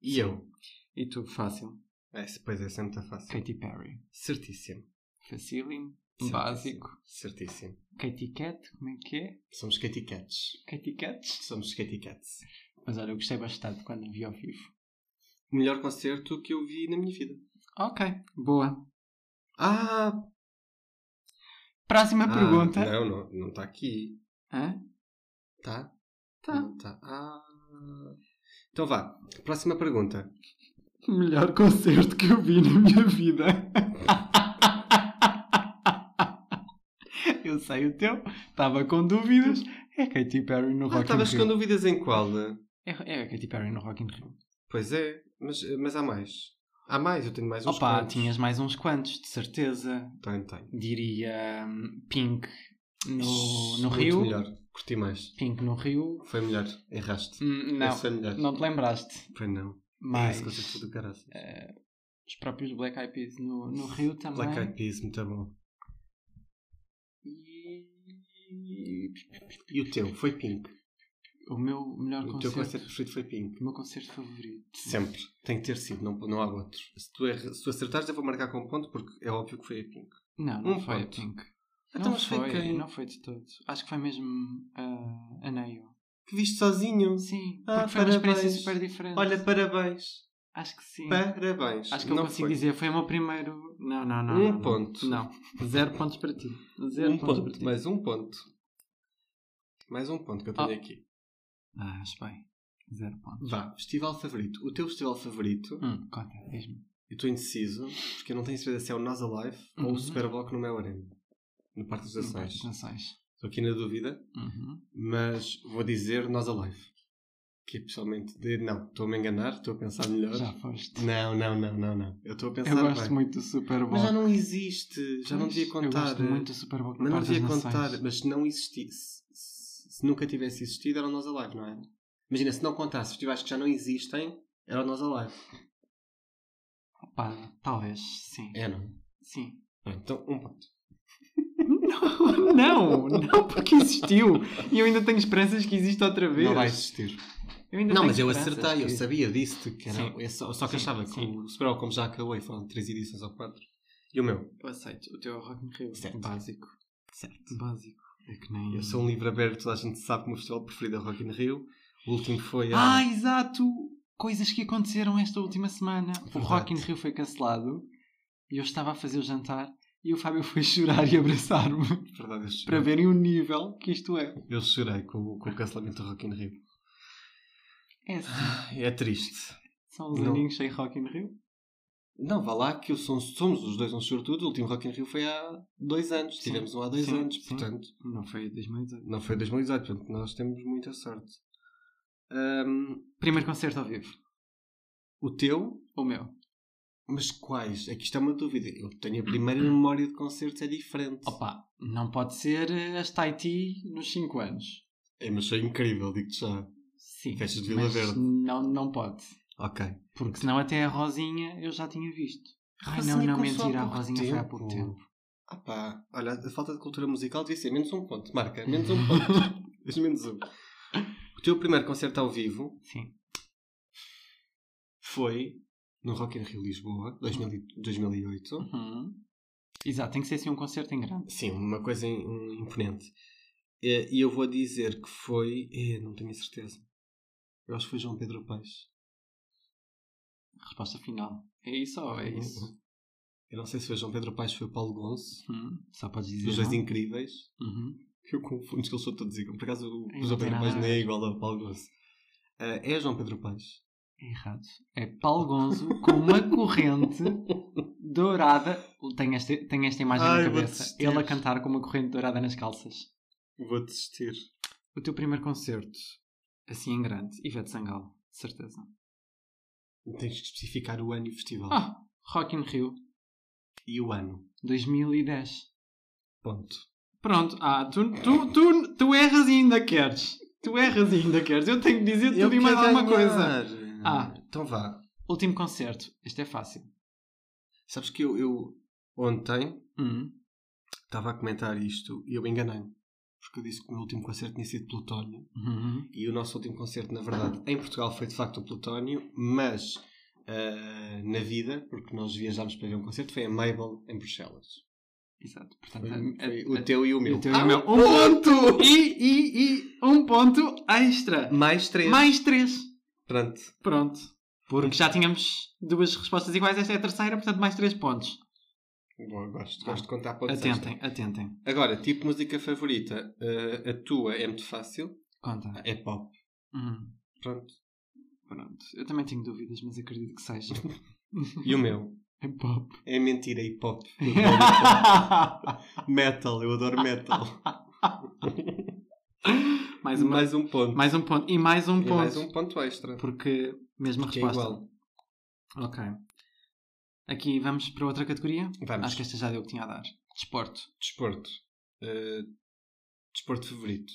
Speaker 2: E eu?
Speaker 1: e tu, fácil.
Speaker 2: Essa, pois essa é muito fácil.
Speaker 1: Katy Perry.
Speaker 2: Certíssimo.
Speaker 1: Facílimo,
Speaker 2: Certíssimo.
Speaker 1: básico.
Speaker 2: Certíssimo.
Speaker 1: Katy Cat, como é que é?
Speaker 2: Somos Katy Cats.
Speaker 1: Katy Cats?
Speaker 2: Somos Katy Cats.
Speaker 1: Mas olha, eu gostei bastante quando vi ao vivo.
Speaker 2: O melhor concerto que eu vi na minha vida.
Speaker 1: Ok, boa.
Speaker 2: Ah!
Speaker 1: Próxima pergunta.
Speaker 2: Não, não, não está aqui.
Speaker 1: Hã?
Speaker 2: Tá?
Speaker 1: Tá.
Speaker 2: Não tá. Ah. Então vá. Próxima pergunta.
Speaker 1: Melhor concerto que eu vi na minha vida. eu sei o teu. Estava com dúvidas. É Katy Perry no
Speaker 2: Ah,
Speaker 1: Rock in
Speaker 2: estavas
Speaker 1: Rio.
Speaker 2: com dúvidas em qual? né?
Speaker 1: É, é a Katy Perry no Rock in Rio.
Speaker 2: Pois é, mas, mas há mais. Há mais, eu tenho mais uns
Speaker 1: Opa,
Speaker 2: pontos.
Speaker 1: tinhas mais uns quantos, de certeza.
Speaker 2: Tenho, tenho.
Speaker 1: Diria hum, Pink no,
Speaker 2: Muito
Speaker 1: no Rio.
Speaker 2: melhor. Curti mais.
Speaker 1: Pink no Rio.
Speaker 2: Foi melhor. Erraste.
Speaker 1: Hum,
Speaker 2: Esse é foi
Speaker 1: Não,
Speaker 2: melhor.
Speaker 1: não É, te lembraste.
Speaker 2: Foi não.
Speaker 1: Mas
Speaker 2: Esse concerto do caralho.
Speaker 1: os próprios Black Eyed Peas no, no Rio também.
Speaker 2: Black Eyed Peas, muito bom.
Speaker 1: E
Speaker 2: E o teu? Foi Pink.
Speaker 1: o meu melhor
Speaker 2: O teu
Speaker 1: concerto,
Speaker 2: concerto preferido foi Pink.
Speaker 1: o meu concerto favorito.
Speaker 2: Sempre. Tem que ter sido, não, não há outro. Se tu, erra- se tu acertares, eu vou marcar com um ponto, porque é óbvio que foi a Pink.
Speaker 1: Não, não
Speaker 2: Um
Speaker 1: foi a
Speaker 2: ponto.
Speaker 1: Pink.
Speaker 2: Então,
Speaker 1: Não
Speaker 2: mas foi
Speaker 1: foi,
Speaker 2: quem?
Speaker 1: não foi de todo. Acho que foi mesmo ah, a Neio.
Speaker 2: Que viste sozinho.
Speaker 1: Sim,
Speaker 2: Ah,
Speaker 1: porque foi uma experiência
Speaker 2: parabéns.
Speaker 1: super diferente.
Speaker 2: Olha, parabéns.
Speaker 1: Acho que sim.
Speaker 2: Parabéns.
Speaker 1: Acho que eu
Speaker 2: Não
Speaker 1: consigo
Speaker 2: foi.
Speaker 1: dizer, foi o meu primeiro. Não, não, não.
Speaker 2: Um
Speaker 1: não, não.
Speaker 2: ponto.
Speaker 1: Não. Zero pontos para ti. Zero
Speaker 2: um
Speaker 1: pontos
Speaker 2: ponto,
Speaker 1: para ti.
Speaker 2: mais um ponto. Mais um ponto que eu tenho
Speaker 1: Ah.
Speaker 2: aqui.
Speaker 1: Ah, acho bem. Zero pontos.
Speaker 2: Vá, festival favorito. O teu festival favorito,
Speaker 1: Hum, conta, diz-me.
Speaker 2: eu estou indeciso, porque eu não tenho certeza se é o Nós Alive ou
Speaker 1: Uhum.
Speaker 2: o Superblock no Mel Arena. No Parque dos Açores. Estou
Speaker 1: Sensações.
Speaker 2: aqui na dúvida,
Speaker 1: Uhum.
Speaker 2: mas vou dizer Nós Alive. Que é pessoalmente. de- Não, estou-me a enganar, estou a pensar melhor.
Speaker 1: Já foste.
Speaker 2: Não, não, não, não, não. Eu estou a pensar
Speaker 1: Eu gosto
Speaker 2: bem.
Speaker 1: muito do Super Bowl.
Speaker 2: Mas já não existe, já não
Speaker 1: Pois,
Speaker 2: devia contar. eh,
Speaker 1: Eu gosto muito do Super Bowl.
Speaker 2: Mas não
Speaker 1: devia
Speaker 2: devia contar, mas se não existisse, se se nunca tivesse existido, era o Nós Alive, não é? Imagina, se não contasse festivais que já não existem, era o Nós Alive.
Speaker 1: talvez, sim.
Speaker 2: É, não?
Speaker 1: Sim.
Speaker 2: Bem, Então, um ponto.
Speaker 1: Não, não, não, porque existiu. E eu ainda tenho esperanças que exista outra vez.
Speaker 2: Não vai existir.
Speaker 1: Eu ainda
Speaker 2: Não,
Speaker 1: tenho
Speaker 2: mas eu
Speaker 1: esperanças
Speaker 2: acertei, eu
Speaker 1: que-
Speaker 2: sabia disso, que era,
Speaker 1: Sim.
Speaker 2: é só, só que
Speaker 1: Sim,
Speaker 2: achava que
Speaker 1: sim.
Speaker 2: o Super Bowl, como já acabou e foram três edições ou quatro. E o meu?
Speaker 1: Eu aceito. O teu é o Rock in Rio.
Speaker 2: Certo.
Speaker 1: Básico. Certo. Básico. É que nem...
Speaker 2: Eu sou um livro aberto, toda a gente sabe que o meu festival preferido é o Rock in Rio. O último foi
Speaker 1: Ah,
Speaker 2: a...
Speaker 1: exato! Coisas que aconteceram esta última semana. O
Speaker 2: Verdade.
Speaker 1: Rock in Rio foi cancelado. E eu estava a fazer o jantar. E o Fábio foi chorar e abraçar-me.
Speaker 2: Verdade, eu
Speaker 1: Para
Speaker 2: chorei,
Speaker 1: verem o nível que isto é.
Speaker 2: eu chorei com, o- com o cancelamento do Rock in Rio.
Speaker 1: É assim.
Speaker 2: É triste.
Speaker 1: São os
Speaker 2: Não.
Speaker 1: aninhos sem Rock in Rio.
Speaker 2: Não, vá lá que eu sou- um, somos os dois uns sortudos. O último Rock in Rio foi há dois anos.
Speaker 1: Sim,
Speaker 2: Tivemos um há dois
Speaker 1: sim,
Speaker 2: anos.
Speaker 1: sim.
Speaker 2: Portanto,
Speaker 1: Não foi 2018.
Speaker 2: não foi 2018. Portanto, nós temos muita sorte. Ahm,
Speaker 1: Primeiro concerto ao vivo.
Speaker 2: o teu,
Speaker 1: O meu.
Speaker 2: mas quais? É que isto é uma dúvida. Eu tenho a primeira memória de concertos, é diferente.
Speaker 1: Opa, não pode ser eh, as Tahiti nos 5 anos.
Speaker 2: É, mas foi incrível, digo-te já.
Speaker 1: Sim.
Speaker 2: Festas de Vila
Speaker 1: mas
Speaker 2: Verde.
Speaker 1: Não, não pode.
Speaker 2: Ok.
Speaker 1: Porque senão até a Rosinha eu já tinha visto. Ai, não,
Speaker 2: Rosinha
Speaker 1: não,
Speaker 2: começou
Speaker 1: mentira,
Speaker 2: há
Speaker 1: a
Speaker 2: pouco
Speaker 1: Rosinha foi há pouco
Speaker 2: tempo.
Speaker 1: tempo.
Speaker 2: Ah pá, olha, a falta de cultura musical devia ser menos um ponto. Marca, menos um ponto. Mas menos um. O teu primeiro concerto ao vivo
Speaker 1: Sim.
Speaker 2: foi no Rock in Rio Lisboa, 2000 e- 2008.
Speaker 1: Uhum. Exato, tem que ser assim um concerto em grande.
Speaker 2: Sim, uma coisa im- im- imponente. É, E eu vou dizer que foi. é, não tenho a certeza. Eu acho que foi João Pedro Peixe.
Speaker 1: Resposta final. É isso ou é isso?
Speaker 2: Eu não sei se foi João Pedro Peixe ou foi o Paulo Gonço.
Speaker 1: Hum, Só podes
Speaker 2: Uhum. Os
Speaker 1: dizer.
Speaker 2: dois
Speaker 1: Não?
Speaker 2: incríveis.
Speaker 1: Uhum.
Speaker 2: Eu confundo que eles são todos iguais. Por acaso o
Speaker 1: Não tem
Speaker 2: João Pedro
Speaker 1: nada
Speaker 2: Peixe
Speaker 1: a
Speaker 2: nem é
Speaker 1: ver.
Speaker 2: igual ao Paulo Gonço. Ah, é João Pedro Peixe.
Speaker 1: Errado. É Paulo Gonzo com uma corrente dourada. Tenho esta, tenho esta imagem
Speaker 2: Ai,
Speaker 1: na
Speaker 2: vou
Speaker 1: cabeça.
Speaker 2: desistir.
Speaker 1: Ele a cantar com uma corrente dourada nas calças.
Speaker 2: Vou desistir.
Speaker 1: O teu primeiro concerto, assim em grande, Ivete Sangalo, de certeza.
Speaker 2: Tens que especificar o ano e o festival.
Speaker 1: Ah, Rock in Rio,
Speaker 2: E o ano.
Speaker 1: 2010.
Speaker 2: Ponto.
Speaker 1: Pronto, ah, tu, tu, tu, tu erras e ainda queres. Tu erras e ainda queres. Eu tenho que dizer tudo e mais alguma coisa. Ah.
Speaker 2: Então vá.
Speaker 1: Último concerto. Este é fácil.
Speaker 2: Sabes que eu, eu ontem
Speaker 1: Hum.
Speaker 2: estava a comentar isto e eu enganei-me. Porque eu disse que o meu último concerto tinha sido Plutónio.
Speaker 1: Uhum.
Speaker 2: E o nosso último concerto, na verdade, em Portugal foi de facto o Plutónio, mas ah, na vida, porque nós viajámos para ver um concerto, foi a Mabel em Bruxelas.
Speaker 1: Exato. Portanto,
Speaker 2: Foi,
Speaker 1: a-
Speaker 2: Uhum. foi
Speaker 1: a-
Speaker 2: o teu e é, o meu.
Speaker 1: o teu e o meu.
Speaker 2: Um ponto!
Speaker 1: E, e, e um ponto extra.
Speaker 2: Mais três.
Speaker 1: Mais três.
Speaker 2: Pronto.
Speaker 1: Pronto. Porque já tínhamos duas respostas iguais. Esta é a terceira, portanto, mais três pontos.
Speaker 2: Bom, gosto, gosto de contar pontos.
Speaker 1: Atentem, atentem.
Speaker 2: Agora, tipo música favorita, ah, a tua é muito fácil,
Speaker 1: Conta.
Speaker 2: é pop.
Speaker 1: Hum.
Speaker 2: Pronto.
Speaker 1: Pronto. Eu também tenho dúvidas, mas acredito que seja.
Speaker 2: E o meu?
Speaker 1: É pop.
Speaker 2: É mentira, hip hop. metal, eu adoro metal.
Speaker 1: mais uma
Speaker 2: mais um ponto.
Speaker 1: Mais um ponto. E mais um
Speaker 2: E
Speaker 1: ponto.
Speaker 2: mais um ponto extra.
Speaker 1: Porque mesma
Speaker 2: Porque é
Speaker 1: resposta.
Speaker 2: igual.
Speaker 1: ok. Aqui vamos para outra categoria.
Speaker 2: Vamos.
Speaker 1: Acho que esta já deu o que tinha a dar. Desporto.
Speaker 2: Desporto. Eh, desporto favorito.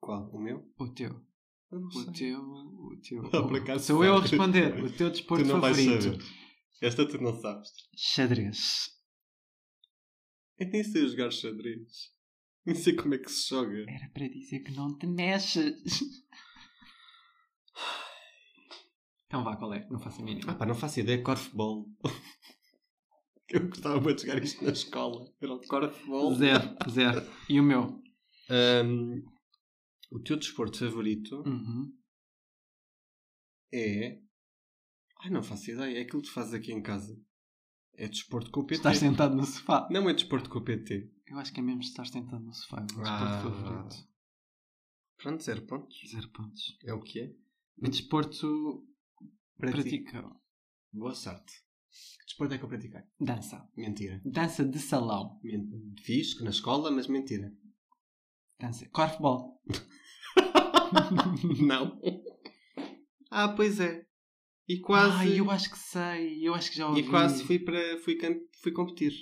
Speaker 2: Qual? O meu?
Speaker 1: O teu.
Speaker 2: Eu não
Speaker 1: O teu. O teu.
Speaker 2: Ah, por acaso
Speaker 1: Sou eu a
Speaker 2: sabes.
Speaker 1: responder. O teu desporto
Speaker 2: tu não vais
Speaker 1: favorito.
Speaker 2: saber. Esta tu não sabes.
Speaker 1: Xadrez.
Speaker 2: Eu nem sei jogar xadrez. Nem sei como é que se joga.
Speaker 1: Era para dizer que não te mexes. Então vá, qual é? Não faço a mínima.
Speaker 2: Ah, não faço ideia. Corfball. Eu gostava de jogar isto na escola. Era o cor de futebol.
Speaker 1: Zero, zero. E o meu?
Speaker 2: Ahm, o teu desporto favorito
Speaker 1: Uhum.
Speaker 2: é. Ai, não faço ideia. É aquilo que tu fazes aqui em casa. É desporto com o PT.
Speaker 1: Estás sentado no sofá.
Speaker 2: Não é desporto com o PT.
Speaker 1: Eu acho que é mesmo estar sentado no sofá. É o meu
Speaker 2: Ah.
Speaker 1: desporto favorito.
Speaker 2: Pronto, zero pontos.
Speaker 1: Zero pontos.
Speaker 2: É o que é.
Speaker 1: O desporto pratica
Speaker 2: Boa sorte. Que desporto é que eu pratiquei?
Speaker 1: dança.
Speaker 2: Mentira.
Speaker 1: Dança de salão.
Speaker 2: Men- Fiz na escola, mas mentira.
Speaker 1: Dança. Corfball.
Speaker 2: não. Ah, pois é. E quase.
Speaker 1: Ai, eu acho que sei. Eu acho que já ouvi.
Speaker 2: E quase fui para. Fui, cam- fui competir.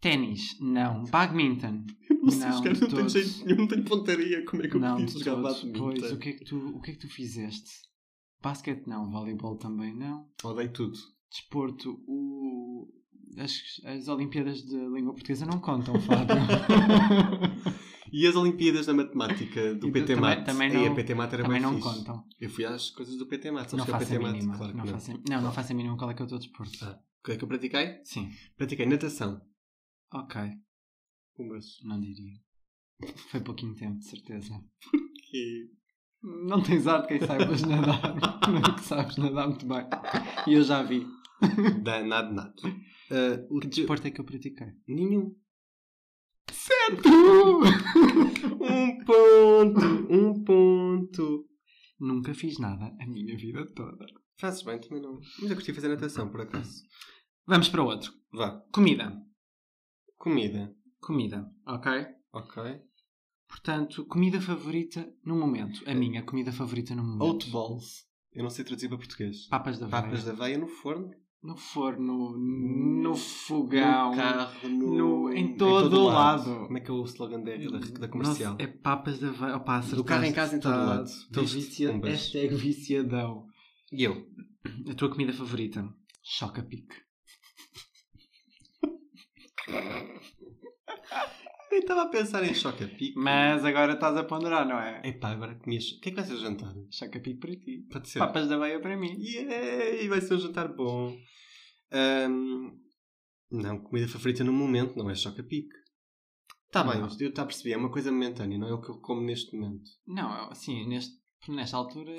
Speaker 1: Ténis. Não. Badminton.
Speaker 2: Não sei
Speaker 1: Não,
Speaker 2: jogar,
Speaker 1: de
Speaker 2: não tenho
Speaker 1: todos.
Speaker 2: jeito nenhum, não tenho pontaria. Como é que eu
Speaker 1: não,
Speaker 2: podia
Speaker 1: de
Speaker 2: jogar
Speaker 1: todos.
Speaker 2: badminton?
Speaker 1: Pois, o que, é que tu, o que é que tu fizeste? Basquete não. Voleibol também não.
Speaker 2: Odeio tudo.
Speaker 1: Desporto. O... As, as Olimpíadas de Língua Portuguesa não contam, Fábio.
Speaker 2: E as Olimpíadas da Matemática do
Speaker 1: E do-
Speaker 2: PT
Speaker 1: também-
Speaker 2: Mate?
Speaker 1: também
Speaker 2: Aí
Speaker 1: não-
Speaker 2: a PT Mate era
Speaker 1: também
Speaker 2: bem
Speaker 1: não
Speaker 2: fixe.
Speaker 1: contam.
Speaker 2: Eu fui às coisas do PT Mate. Sabes
Speaker 1: Não
Speaker 2: que é o
Speaker 1: faço
Speaker 2: PT
Speaker 1: a
Speaker 2: Mate?
Speaker 1: mínima.
Speaker 2: Claro que
Speaker 1: não,
Speaker 2: não.
Speaker 1: faço a- não, não faço a mínima qual é que é o teu desporto.
Speaker 2: Ah. O que é que eu pratiquei?
Speaker 1: Sim.
Speaker 2: Pratiquei natação.
Speaker 1: Ok.
Speaker 2: Pumas.
Speaker 1: Não diria. Foi pouquinho tempo, de certeza.
Speaker 2: Que...
Speaker 1: Não tens ar de quem saibas nadar. Não que sabes nadar muito bem. E eu já vi.
Speaker 2: Danado nato. Ah, o
Speaker 1: Que
Speaker 2: teu-
Speaker 1: desporto é que eu pratiquei?
Speaker 2: Nenhum. Certo! um ponto, um ponto.
Speaker 1: Nunca fiz nada a minha vida toda.
Speaker 2: Fazes bem também não. Mas eu curti fazer natação, por acaso.
Speaker 1: Vamos para outro.
Speaker 2: Vá.
Speaker 1: Comida.
Speaker 2: Comida.
Speaker 1: Comida. Ok?
Speaker 2: Ok.
Speaker 1: Portanto, comida favorita no momento. A minha comida favorita no momento.
Speaker 2: Oat balls. Eu não sei traduzir para português.
Speaker 1: Papas da
Speaker 2: Papas
Speaker 1: vaca.
Speaker 2: da veia no forno.
Speaker 1: No forno, no fogão.
Speaker 2: No carro, no...
Speaker 1: no- em todo o lado.
Speaker 2: Como é que é o slogan da, da, da comercial?
Speaker 1: Nossa, é papas da veia. Opa,
Speaker 2: Do carro em casa, em todo
Speaker 1: acertaste. Tá,
Speaker 2: lado. Todos
Speaker 1: Vicia...
Speaker 2: pumbas.
Speaker 1: Hashtag viciadão.
Speaker 2: E eu?
Speaker 1: A tua comida favorita? Choca-pique.
Speaker 2: Eu estava a pensar em choca-pico.
Speaker 1: Mas agora estás a ponderar, não é?
Speaker 2: Epá, agora comias... O que é que vai ser o jantar?
Speaker 1: Choca-pique para ti.
Speaker 2: Pode ser.
Speaker 1: Papas da veia para mim.
Speaker 2: Yay! Vai ser um jantar bom. Ahm, Não, comida favorita no momento não é choca-pico. Está bem,
Speaker 1: Não.
Speaker 2: eu está a perceber. É uma coisa momentânea, não é o que eu como neste momento.
Speaker 1: Não, assim, neste, nesta altura,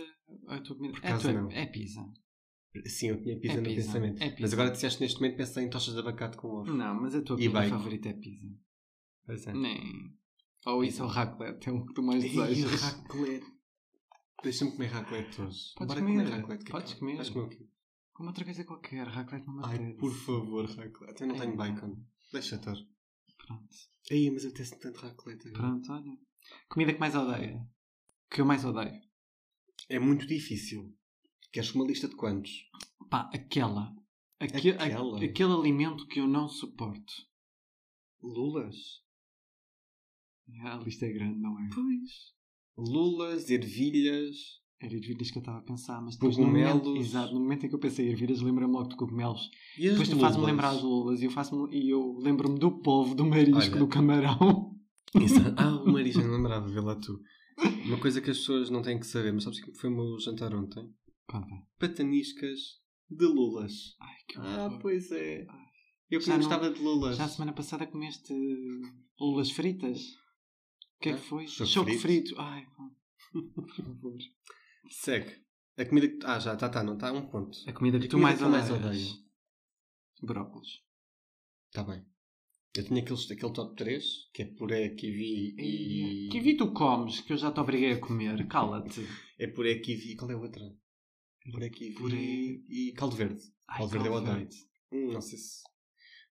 Speaker 1: a tua comida
Speaker 2: Por
Speaker 1: é, a
Speaker 2: acaso
Speaker 1: tua-
Speaker 2: não.
Speaker 1: é pizza.
Speaker 2: Sim, eu tinha pizza
Speaker 1: É
Speaker 2: no
Speaker 1: pizza,
Speaker 2: pensamento.
Speaker 1: é pizza.
Speaker 2: Mas agora disseste neste momento pensei em tochas de abacate com ovo.
Speaker 1: Não, mas a tua
Speaker 2: E
Speaker 1: comida
Speaker 2: bacon.
Speaker 1: favorita é pizza.
Speaker 2: Pois é.
Speaker 1: Nem. Ou isso ou raclette, é o que tu mais
Speaker 2: Ei,
Speaker 1: desejas.
Speaker 2: raclette. Deixa-me comer raclette hoje.
Speaker 1: Podes
Speaker 2: Bora
Speaker 1: comer,
Speaker 2: raclette. que é
Speaker 1: podes
Speaker 2: que-
Speaker 1: comer.
Speaker 2: Vais comer o quê?
Speaker 1: Como outra coisa qualquer, raclette não me
Speaker 2: Ai,
Speaker 1: apetece.
Speaker 2: por favor, raclette. Eu não
Speaker 1: Ai, não.
Speaker 2: tenho bacon. Deixa estar.
Speaker 1: Pronto.
Speaker 2: Ei, mas eu tenho tanto raclette. agora.
Speaker 1: Pronto, olha. Comida que mais odeia. Que eu mais odeio.
Speaker 2: É muito difícil. Queres uma lista de quantos?
Speaker 1: Pá, aquela. Aque- a-
Speaker 2: Aquela?
Speaker 1: aquele alimento que eu não suporto.
Speaker 2: Lulas?
Speaker 1: A lista é grande, não é?
Speaker 2: Pois. Lulas, ervilhas.
Speaker 1: Era ervilhas que eu estava a pensar, mas depois
Speaker 2: Cogumelos.
Speaker 1: no momento, exato, no momento em que eu pensei em ervilhas, lembra-me logo de cogumelos.
Speaker 2: E as
Speaker 1: Depois tu fazes-me
Speaker 2: lulas?
Speaker 1: lembrar as lulas e eu, faço e eu lembro-me do polvo, do marisco,
Speaker 2: Olha.
Speaker 1: do camarão.
Speaker 2: Exato. Ah, o nariz, eu não lembrava, vê lá tu. Uma coisa que as pessoas não têm que saber, mas sabes o que foi o meu jantar ontem?
Speaker 1: Conta.
Speaker 2: Pataniscas de lulas.
Speaker 1: Ai, que
Speaker 2: Ah,
Speaker 1: horror.
Speaker 2: pois é. Eu
Speaker 1: Já
Speaker 2: já
Speaker 1: não-
Speaker 2: gostava de lulas.
Speaker 1: Já a semana passada comeste lulas fritas? O que é que foi?
Speaker 2: Ah, Choco
Speaker 1: Choco
Speaker 2: frito.
Speaker 1: frito. Ai, pá. por favor.
Speaker 2: Segue. A comida que... Ah, já, tá, tá, não, tá, um ponto.
Speaker 1: A comida que
Speaker 2: A
Speaker 1: tu
Speaker 2: comida
Speaker 1: mais
Speaker 2: que eu mais
Speaker 1: odeias.
Speaker 2: odeio.
Speaker 1: Brócolis.
Speaker 2: Tá bem. Eu tinha aqueles, aquele top 3, que é puré, kiwi e...
Speaker 1: Que vi tu comes, que eu já te obriguei a comer. Cala-te.
Speaker 2: É puré, kiwi... Qual é a outra? Puré, kiwi
Speaker 1: Puré.
Speaker 2: e caldo verde.
Speaker 1: Ai,
Speaker 2: Caldo verde eu
Speaker 1: caldo
Speaker 2: odeio. Hum, não sei se...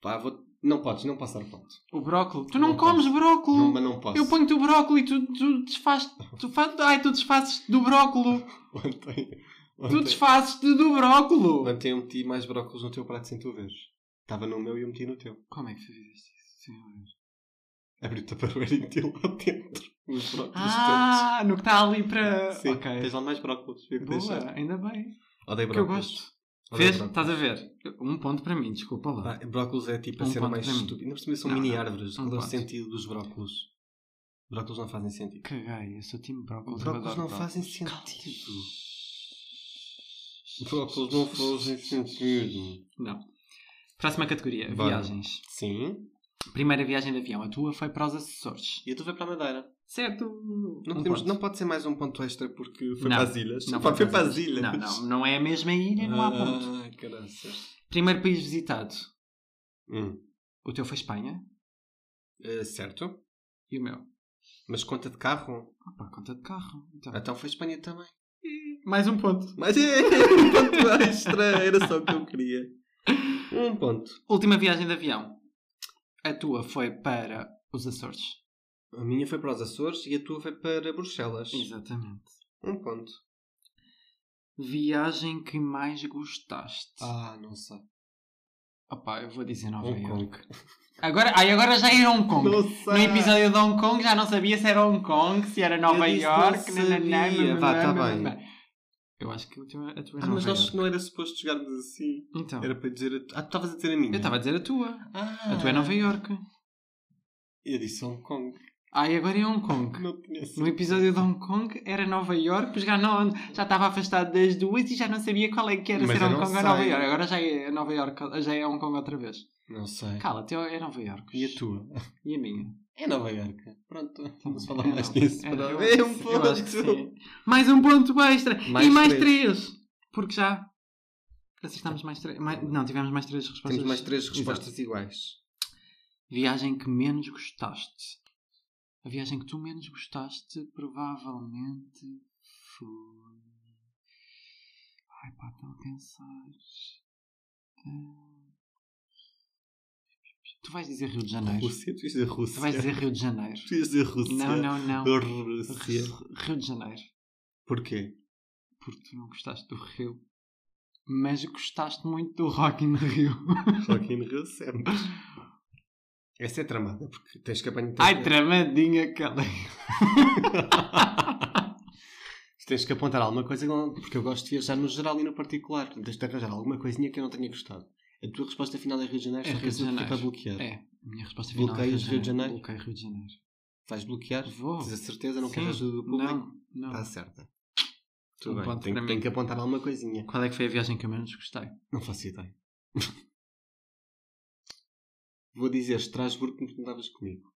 Speaker 2: Pá, vou... Não podes, não passar ponto.
Speaker 1: O brócolis. Tu não,
Speaker 2: Não
Speaker 1: comes brócolis.
Speaker 2: Não, mas não posso.
Speaker 1: Eu ponho-te o brócolis, tu, tu desfazes. Tu faz, ai, tu desfazes do brócolis.
Speaker 2: Ontem...
Speaker 1: Tu
Speaker 2: Ontem...
Speaker 1: desfazes do brócolis.
Speaker 2: Ontem eu meti mais brócolis no teu prato sem tu veres. Estava no meu e eu meti no teu.
Speaker 1: Como é que fizeste isso, senhor?
Speaker 2: Abri o taparoeiro e meti lá dentro. Os brócolis todos.
Speaker 1: Ah, no que está ali para.
Speaker 2: Sim,
Speaker 1: ok.
Speaker 2: tens lá mais brócolis. Eu
Speaker 1: Boa,
Speaker 2: deixar.
Speaker 1: ainda bem.
Speaker 2: Odeio
Speaker 1: Porque eu
Speaker 2: brócolis.
Speaker 1: gosto. Tá.
Speaker 2: Odeio
Speaker 1: Vês?
Speaker 2: brócolis.
Speaker 1: Estás a ver? Um ponto para mim, desculpa lá.
Speaker 2: Ah, brócolis é tipo a
Speaker 1: Um
Speaker 2: cena
Speaker 1: ponto
Speaker 2: mais
Speaker 1: para mim.
Speaker 2: estúpida. Ainda por cima são
Speaker 1: Não,
Speaker 2: mini
Speaker 1: não.
Speaker 2: árvores.
Speaker 1: Um
Speaker 2: Qual é o
Speaker 1: ponto.
Speaker 2: sentido dos brócolis? Brócolis não fazem sentido.
Speaker 1: Caguei, eu sou time brócolis. eu
Speaker 2: Brócolis
Speaker 1: adoro
Speaker 2: não fazem sentido. Brócolis não fazem sentido.
Speaker 1: Não. Próxima categoria,
Speaker 2: Bora.
Speaker 1: viagens.
Speaker 2: Sim.
Speaker 1: Primeira viagem de avião, a tua foi para os Açores.
Speaker 2: E eu estou a ver para a Madeira.
Speaker 1: Certo?
Speaker 2: Não,
Speaker 1: Um
Speaker 2: podemos,
Speaker 1: ponto.
Speaker 2: não pode ser mais um ponto extra porque foi
Speaker 1: Não.
Speaker 2: para as ilhas.
Speaker 1: Não
Speaker 2: Pá,
Speaker 1: pode
Speaker 2: foi
Speaker 1: ser.
Speaker 2: para as ilhas.
Speaker 1: Não, não, não é a mesma ilha, não há ponto.
Speaker 2: Ah, caraças.
Speaker 1: Primeiro país visitado,
Speaker 2: Hum.
Speaker 1: o teu foi Espanha
Speaker 2: Eh, certo.
Speaker 1: e o meu.
Speaker 2: Mas conta de carro?
Speaker 1: Opa, conta de carro. Então.
Speaker 2: Então foi Espanha também.
Speaker 1: Mais um ponto.
Speaker 2: Mas é, um ponto extra era só o que eu queria. Um ponto.
Speaker 1: Última viagem de avião. A tua foi para os Açores.
Speaker 2: A minha foi para os Açores e a tua foi para Bruxelas.
Speaker 1: Exatamente.
Speaker 2: Um ponto.
Speaker 1: Viagem que mais gostaste?
Speaker 2: Ah, não sei.
Speaker 1: Opa, eu vou dizer Nova
Speaker 2: Hong
Speaker 1: York.
Speaker 2: Kong.
Speaker 1: Agora, ai, agora já era Hong Kong.
Speaker 2: Não sei.
Speaker 1: No episódio de Hong Kong já não sabia se era Hong Kong, se era Nova
Speaker 2: disse, não
Speaker 1: York.
Speaker 2: sabia. Vá, tá bem.
Speaker 1: Eu acho que a tua, a tua é
Speaker 2: Ah,
Speaker 1: Nova
Speaker 2: mas nós
Speaker 1: York.
Speaker 2: não era suposto chegarmos assim.
Speaker 1: Então,
Speaker 2: Era para dizer. a tu- Ah, tu estavas a dizer a minha.
Speaker 1: eu estava a dizer a tua.
Speaker 2: Ah,
Speaker 1: A tua é Nova York.
Speaker 2: Eu disse Hong Kong.
Speaker 1: Ai, agora é Hong Kong.
Speaker 2: Não tinha
Speaker 1: No episódio de Hong Kong era Nova York, pois já, não, já estava afastado das duas e já não sabia qual é que era
Speaker 2: Mas
Speaker 1: ser
Speaker 2: eu
Speaker 1: Hong
Speaker 2: não
Speaker 1: Kong ou Nova
Speaker 2: sei.
Speaker 1: York. Agora já é Nova York, já é Hong Kong outra vez.
Speaker 2: Não sei.
Speaker 1: Cala-te, é Nova York.
Speaker 2: E a tua?
Speaker 1: E a minha?
Speaker 2: É Nova Iorque. Pronto, vamos falar
Speaker 1: É
Speaker 2: mais
Speaker 1: Nova-
Speaker 2: disso.
Speaker 1: é,
Speaker 2: para
Speaker 1: eu
Speaker 2: ver
Speaker 1: acho
Speaker 2: um
Speaker 1: que- eu acho que
Speaker 2: ponto.
Speaker 1: sim. Mais um ponto extra.
Speaker 2: Mais
Speaker 1: e mais
Speaker 2: três.
Speaker 1: três. Porque já acertamos mais três. mais- não, tivemos mais três respostas.
Speaker 2: Temos mais três
Speaker 1: Exato.
Speaker 2: respostas iguais.
Speaker 1: Viagem que menos gostaste. A viagem que tu menos gostaste provavelmente foi. Ai pá, estou a pensar. Ah. Tu vais dizer Rio de Janeiro.
Speaker 2: Rússia? Tu ias dizer
Speaker 1: Tu
Speaker 2: Rússia?
Speaker 1: vais dizer Rio de Janeiro.
Speaker 2: Tu ias dizer Rússia?
Speaker 1: Não, não, não.
Speaker 2: Rússia.
Speaker 1: Rio de Janeiro.
Speaker 2: Porquê?
Speaker 1: Porque tu não gostaste do Rio. Mas gostaste muito do Rock in Rio.
Speaker 2: Rock in Rio sempre. Essa é tramada, porque tens que apanhar...
Speaker 1: Ai, tramadinha aquela.
Speaker 2: tens que apontar alguma coisa, porque eu gosto de viajar no geral e no particular. Portanto, tens de arranjar alguma coisinha que eu não tenha gostado. A tua resposta final é Rio de Janeiro,
Speaker 1: É
Speaker 2: só
Speaker 1: Rio de
Speaker 2: que eu
Speaker 1: Janeiro.
Speaker 2: para bloquear.
Speaker 1: É, a minha resposta final.
Speaker 2: Bloqueias
Speaker 1: é
Speaker 2: Rio de Janeiro?
Speaker 1: Bloqueio Rio de Janeiro.
Speaker 2: Vais bloquear?
Speaker 1: Vou.
Speaker 2: Tens a certeza? Não
Speaker 1: Sim.
Speaker 2: queres ajuda do público?
Speaker 1: Não, não.
Speaker 2: Está certa. Tudo
Speaker 1: Um
Speaker 2: bem,
Speaker 1: ponto
Speaker 2: tem,
Speaker 1: para
Speaker 2: tem
Speaker 1: mim.
Speaker 2: que apontar alguma coisinha.
Speaker 1: Qual é que foi a viagem que eu menos gostei?
Speaker 2: Não faço ideia. Vou dizer Estrasburgo porque não estavas comigo.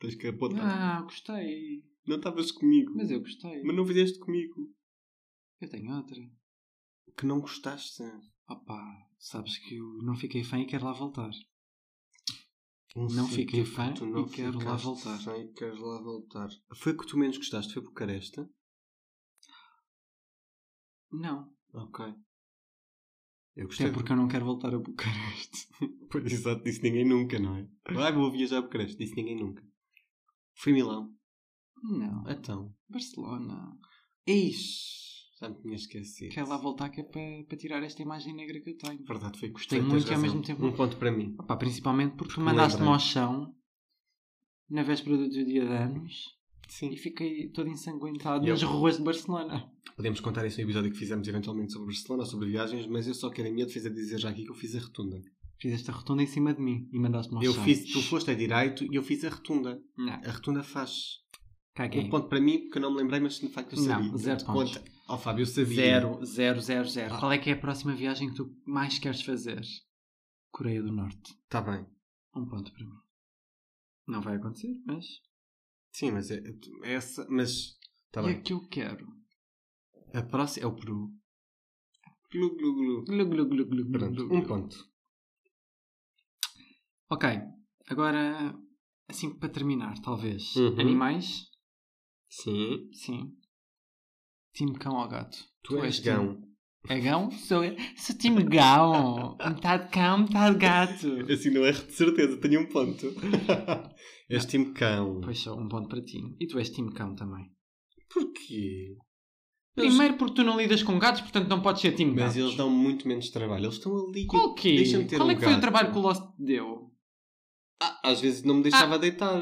Speaker 2: Tens que apontar.
Speaker 1: Ah, gostei.
Speaker 2: Não estavas comigo.
Speaker 1: Mas eu gostei.
Speaker 2: Mas não fizeste comigo.
Speaker 1: Eu tenho outra.
Speaker 2: Que não gostaste.
Speaker 1: Opa, sabes que eu não fiquei fã e quero lá voltar.
Speaker 2: Não é
Speaker 1: fiquei fã
Speaker 2: tu
Speaker 1: e
Speaker 2: não
Speaker 1: quero lá
Speaker 2: ficaste
Speaker 1: voltar.
Speaker 2: fã e queres lá voltar. Foi o que tu menos gostaste? Foi Bucareste?
Speaker 1: Não.
Speaker 2: Ok. Eu gostei.
Speaker 1: Até É porque eu não quero voltar a Bucareste.
Speaker 2: Pois, exato, disse ninguém nunca, não é? Vai, vou viajar a Bucareste. Disse ninguém nunca. Fui a Milão.
Speaker 1: Não.
Speaker 2: Então.
Speaker 1: Barcelona.
Speaker 2: Ixi, já me tinha esquecido. É
Speaker 1: Quero lá voltar É que é para, para tirar esta imagem negra que eu tenho.
Speaker 2: Verdade, foi
Speaker 1: Gostei
Speaker 2: tens
Speaker 1: muito e ao
Speaker 2: razão.
Speaker 1: mesmo tempo-
Speaker 2: Um ponto para mim.
Speaker 1: Opa, principalmente porque tu
Speaker 2: me
Speaker 1: mandaste-me
Speaker 2: lembrei.
Speaker 1: ao chão na véspera do teu dia de anos
Speaker 2: Sim.
Speaker 1: e fiquei todo ensanguentado
Speaker 2: Eu-
Speaker 1: nas ruas de Barcelona.
Speaker 2: Podemos contar isso no episódio que fizemos eventualmente sobre Barcelona, sobre viagens, mas eu só quero em minha defesa dizer já aqui que eu fiz a rotunda.
Speaker 1: Fizeste a rotunda em cima de mim e mandaste-me ao
Speaker 2: Eu
Speaker 1: chão.
Speaker 2: fiz, tu foste a direito e eu fiz a rotunda.
Speaker 1: Não, é
Speaker 2: A rotunda faz.
Speaker 1: caguei.
Speaker 2: Um ponto para mim, porque eu não me lembrei, mas de facto eu
Speaker 1: Não,
Speaker 2: sabia.
Speaker 1: zero pontos.
Speaker 2: Conta. Ó Fábio, eu sabia.
Speaker 1: Zero, zero, zero, zero. Qual é que é a próxima viagem que tu mais queres fazer? Coreia do Norte.
Speaker 2: Está Tá bem.
Speaker 1: Um ponto para mim. Não vai acontecer, mas.
Speaker 2: Sim, mas é, é essa. Mas. Está
Speaker 1: e
Speaker 2: Tá bem.
Speaker 1: é que eu quero.
Speaker 2: A próxima é o Peru. Glu, glu, glu.
Speaker 1: Glu, glu, glu, glu, glu,
Speaker 2: Pronto,
Speaker 1: glu,
Speaker 2: um
Speaker 1: glu.
Speaker 2: ponto.
Speaker 1: Ok, agora, assim para terminar, talvez.
Speaker 2: Uhum.
Speaker 1: Animais?
Speaker 2: Sim.
Speaker 1: Sim. Time cão ou gato?
Speaker 2: Tu és
Speaker 1: time-
Speaker 2: gão.
Speaker 1: É gão? Sou eu. Sou time gão. Metade cão, metade gato.
Speaker 2: Assim não erro de certeza, tenho um ponto. és time cão.
Speaker 1: Pois só, um ponto para ti. E tu és time cão também.
Speaker 2: Porquê? Eles-
Speaker 1: Primeiro porque tu não lidas com gatos, portanto não podes ser time
Speaker 2: Mas
Speaker 1: gato.
Speaker 2: eles dão muito menos trabalho. Eles estão ali.
Speaker 1: Qual que
Speaker 2: Deixa-me
Speaker 1: é?
Speaker 2: ter
Speaker 1: Qual é
Speaker 2: um
Speaker 1: que foi o
Speaker 2: gato.
Speaker 1: trabalho que o Lost te deu?
Speaker 2: Ah, às vezes não me deixava deitar.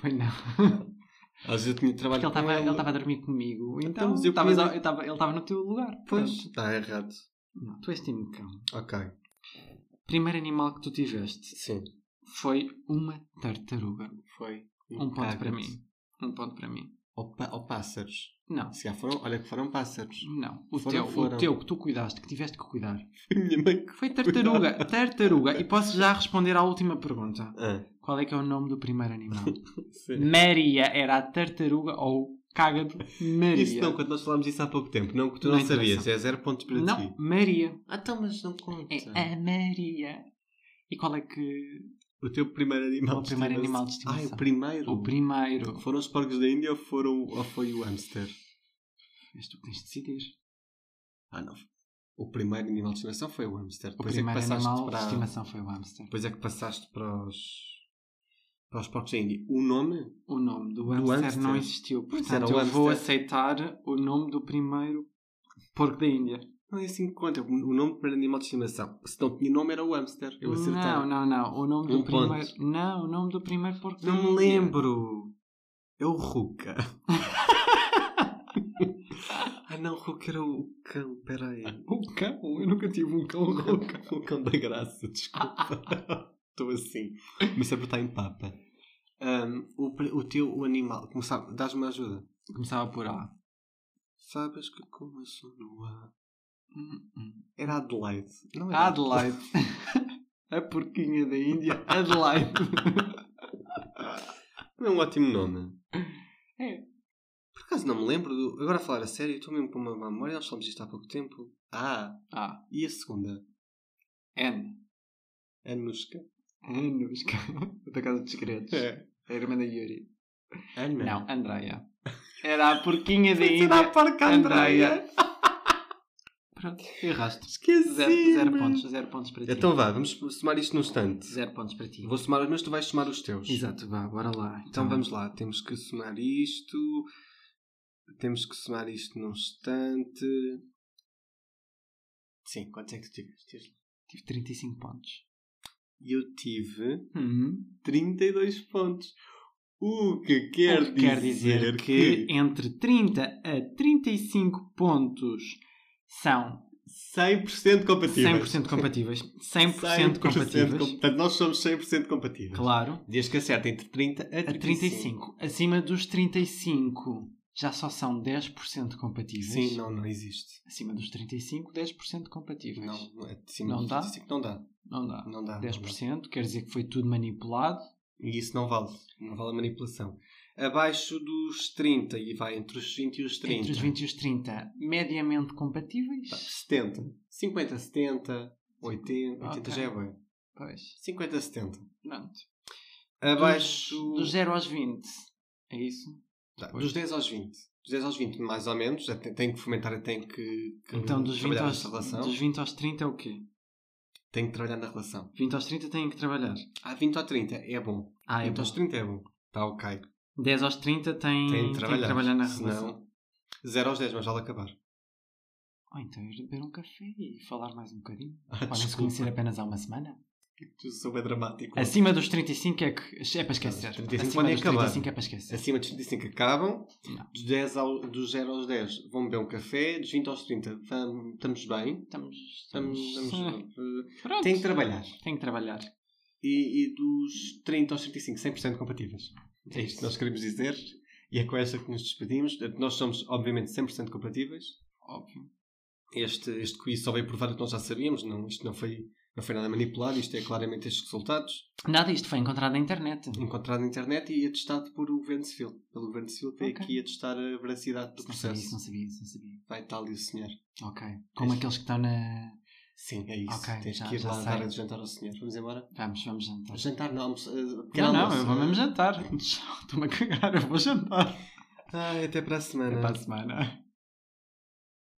Speaker 1: Pois não.
Speaker 2: Às vezes eu tinha trabalho
Speaker 1: Porque ele
Speaker 2: com
Speaker 1: estava ele estava a dormir comigo.
Speaker 2: Então,
Speaker 1: Então,
Speaker 2: mas eu
Speaker 1: estavas
Speaker 2: podia-
Speaker 1: ao- eu estava- ele estava no teu lugar.
Speaker 2: Pois,
Speaker 1: Pronto.
Speaker 2: está errado.
Speaker 1: Não, tu és time cão.
Speaker 2: Ok,
Speaker 1: Primeiro animal que tu tiveste
Speaker 2: sim.
Speaker 1: foi uma tartaruga.
Speaker 2: Foi.
Speaker 1: Um ponto
Speaker 2: Caga-te.
Speaker 1: para mim. Um ponto para mim.
Speaker 2: Ou, pa- ou pássaros.
Speaker 1: Não,
Speaker 2: Se já foram, olha que foram pássaros.
Speaker 1: não. O,
Speaker 2: Foram,
Speaker 1: teu,
Speaker 2: foram.
Speaker 1: o teu que tu cuidaste, que tiveste que cuidar,
Speaker 2: Minha mãe.
Speaker 1: foi tartaruga. tartaruga. E posso já responder à última pergunta.
Speaker 2: Ah,
Speaker 1: Qual é que é o nome do primeiro animal?
Speaker 2: sim.
Speaker 1: Maria era a tartaruga ou cágado Maria.
Speaker 2: Isso não, quando nós falámos isso há pouco tempo. Não, que tu não,
Speaker 1: Não
Speaker 2: sabias.
Speaker 1: interessa.
Speaker 2: É zero pontos para ti.
Speaker 1: Não, Maria.
Speaker 2: Ah, então, mas não conta.
Speaker 1: É a Maria. E qual é que.
Speaker 2: O teu primeiro animal
Speaker 1: O primeiro animal de
Speaker 2: Ah,
Speaker 1: estimação.
Speaker 2: o primeiro.
Speaker 1: O primeiro.
Speaker 2: Foram os porcos da Índia ou, foram, ou foi o hamster?
Speaker 1: És tu que tens de decidir.
Speaker 2: Ah, não. O primeiro animal de estimação foi o hamster.
Speaker 1: O
Speaker 2: Depois é que
Speaker 1: primeiro
Speaker 2: passaste
Speaker 1: animal
Speaker 2: para...
Speaker 1: de estimação foi o hamster.
Speaker 2: Depois é que passaste para os... Para os porcos da Índia. O nome?
Speaker 1: O nome do hamster,
Speaker 2: hamster.
Speaker 1: não existiu.
Speaker 2: Pois
Speaker 1: Portanto,
Speaker 2: era o
Speaker 1: eu vou
Speaker 2: hamster.
Speaker 1: aceitar o nome do primeiro porco da Índia.
Speaker 2: Não é assim que conta. O nome do primeiro animal de estimação. Se não tinha nome era o hamster. Eu acertava.
Speaker 1: Não, não, não. O nome
Speaker 2: Um
Speaker 1: do
Speaker 2: ponto.
Speaker 1: primeiro. Não, o nome do primeiro porco da
Speaker 2: Não me
Speaker 1: Índia.
Speaker 2: lembro. É o Ruka. ah não, Ruka era o cão, peraí.
Speaker 1: O cão? Eu nunca tive um cão rouca.
Speaker 2: O cão da graça, desculpa. Estou assim. Comecei a botar em papa. Ahm, o, pre- o teu o animal, como sabe, dás-me uma ajuda.
Speaker 1: Começava por A.
Speaker 2: Sabes que começou no A.
Speaker 1: Hum, hum.
Speaker 2: Era Adelaide. Não era?
Speaker 1: Adelaide. a porquinha da Índia, Adelaide.
Speaker 2: Não é um ótimo nome.
Speaker 1: É.
Speaker 2: Por acaso não me lembro. do- Agora a falar a sério, estou mesmo com uma má memória. Nós falamos isto há pouco tempo. Ah,
Speaker 1: A.
Speaker 2: e a segunda?
Speaker 1: N.
Speaker 2: Anushka.
Speaker 1: Anos. da Casa dos Segredos. A irmã da Yuri.
Speaker 2: Ana.
Speaker 1: É. Não, Andreia. Era a porquinha da
Speaker 2: Será a
Speaker 1: Índia.
Speaker 2: porca
Speaker 1: Andreia.
Speaker 2: Andreia?
Speaker 1: Pronto, erraste.
Speaker 2: Esqueci.
Speaker 1: Zero, zero pontos, zero pontos para ti.
Speaker 2: Então vá, vamos somar isto num instante.
Speaker 1: Zero pontos para ti.
Speaker 2: Vou somar os meus, tu vais somar os teus.
Speaker 1: Exato, Tá. vá, bora lá.
Speaker 2: Então vamos lá, temos que somar isto. Temos que somar isto num instante. Sim, quantos é que tu tiveste?
Speaker 1: Tive 35 pontos.
Speaker 2: Eu tive
Speaker 1: Uhum.
Speaker 2: 32 pontos. O que
Speaker 1: Quer,
Speaker 2: quer,
Speaker 1: quer dizer que, entre 30 a 35 pontos são
Speaker 2: 100% compatíveis.
Speaker 1: 100% compatíveis. 100% compatíveis.
Speaker 2: Portanto, nós somos 100% compatíveis.
Speaker 1: Claro.
Speaker 2: Desde que acerte entre 30 a 35.
Speaker 1: A 35. Acima dos 35 já só são 10% compatíveis.
Speaker 2: Sim, não, não existe.
Speaker 1: Acima dos 35, 10% compatíveis.
Speaker 2: Não, não é acima
Speaker 1: Não
Speaker 2: de
Speaker 1: dá?
Speaker 2: 35 não dá.
Speaker 1: Não dá.
Speaker 2: Não dá. não dá.
Speaker 1: 10% quer dizer que foi tudo manipulado.
Speaker 2: E isso não vale. Não vale a manipulação. Abaixo dos 30 e vai entre os 20 e os 30.
Speaker 1: Entre os 20 e os 30, mediamente compatíveis.
Speaker 2: 70. 50, 70, 80. 80
Speaker 1: Ok.
Speaker 2: já é bem.
Speaker 1: Pois,
Speaker 2: 50, 70.
Speaker 1: pronto.
Speaker 2: Abaixo.
Speaker 1: Dos 0 aos 20. É isso?
Speaker 2: Tá, dos 10 aos 20. Dos 10 aos 20, mais ou menos. Já tem, tem que fomentar, tem que, que
Speaker 1: Então, dos 20,
Speaker 2: trabalhar
Speaker 1: aos,
Speaker 2: nessa relação.
Speaker 1: dos 20 aos 30 é o quê?
Speaker 2: Tem que trabalhar na relação.
Speaker 1: 20 aos 30 têm que trabalhar.
Speaker 2: Ah, 20 ou 30 é bom.
Speaker 1: Ah, é
Speaker 2: 20
Speaker 1: bom.
Speaker 2: aos 30 é bom. Está ok.
Speaker 1: 10 aos 30 têm,
Speaker 2: Tem
Speaker 1: têm
Speaker 2: de
Speaker 1: que
Speaker 2: trabalhar.
Speaker 1: trabalhar na
Speaker 2: Senão,
Speaker 1: relação.
Speaker 2: 0 aos 10, mas vale acabar.
Speaker 1: Ou então ir beber um café e falar mais um bocadinho.
Speaker 2: Ah,
Speaker 1: Podem-se conhecer apenas há uma semana.
Speaker 2: Tu sou bem é dramático.
Speaker 1: Acima dos 35 é, que, é para esquecer.
Speaker 2: Os 35
Speaker 1: Acima
Speaker 2: podem
Speaker 1: dos
Speaker 2: acabar.
Speaker 1: 35 é para esquecer.
Speaker 2: Acima de 35 acabam,
Speaker 1: Não.
Speaker 2: dos, 10 ao, dos 0 aos 10 vão beber um café, dos 20 aos 30 tam- estamos bem,
Speaker 1: Estamos...
Speaker 2: estamos,
Speaker 1: estamos-
Speaker 2: estamos, eh,
Speaker 1: Pronto.
Speaker 2: tem que trabalhar.
Speaker 1: Tem que trabalhar.
Speaker 2: E, e dos 30 aos 35, 100% compatíveis. É isto que nós queremos dizer e é com esta que nos despedimos. Portanto, Nós somos, obviamente, 100% compatíveis.
Speaker 1: Óbvio.
Speaker 2: Este, este quiz só veio provar o que nós já sabíamos, não, isto não foi, não foi nada manipulado, isto é claramente estes resultados.
Speaker 1: Nada disto foi encontrado na internet.
Speaker 2: encontrado na internet e atestado por o governo civil. Pelo governo civil veio
Speaker 1: Ok.
Speaker 2: aqui atestar a veracidade do
Speaker 1: Não sabia isso,
Speaker 2: processo.
Speaker 1: não sabia isso, não sabia.
Speaker 2: Vai estar ali o senhor.
Speaker 1: Ok. Como
Speaker 2: É.
Speaker 1: aqueles que estão na.
Speaker 2: Sim, é isso.
Speaker 1: Ok,
Speaker 2: Tens
Speaker 1: já-
Speaker 2: que ir
Speaker 1: já
Speaker 2: lá
Speaker 1: sei.
Speaker 2: dar a jantar ao senhor. Vamos embora?
Speaker 1: Vamos, vamos jantar.
Speaker 2: Jantar não, almoço. eh, pequeno
Speaker 1: Não, não,
Speaker 2: almoço.
Speaker 1: eu vou mesmo jantar. Estou-me a cagar, eu vou jantar.
Speaker 2: Ai, Ah, até para a semana.
Speaker 1: Até para a semana.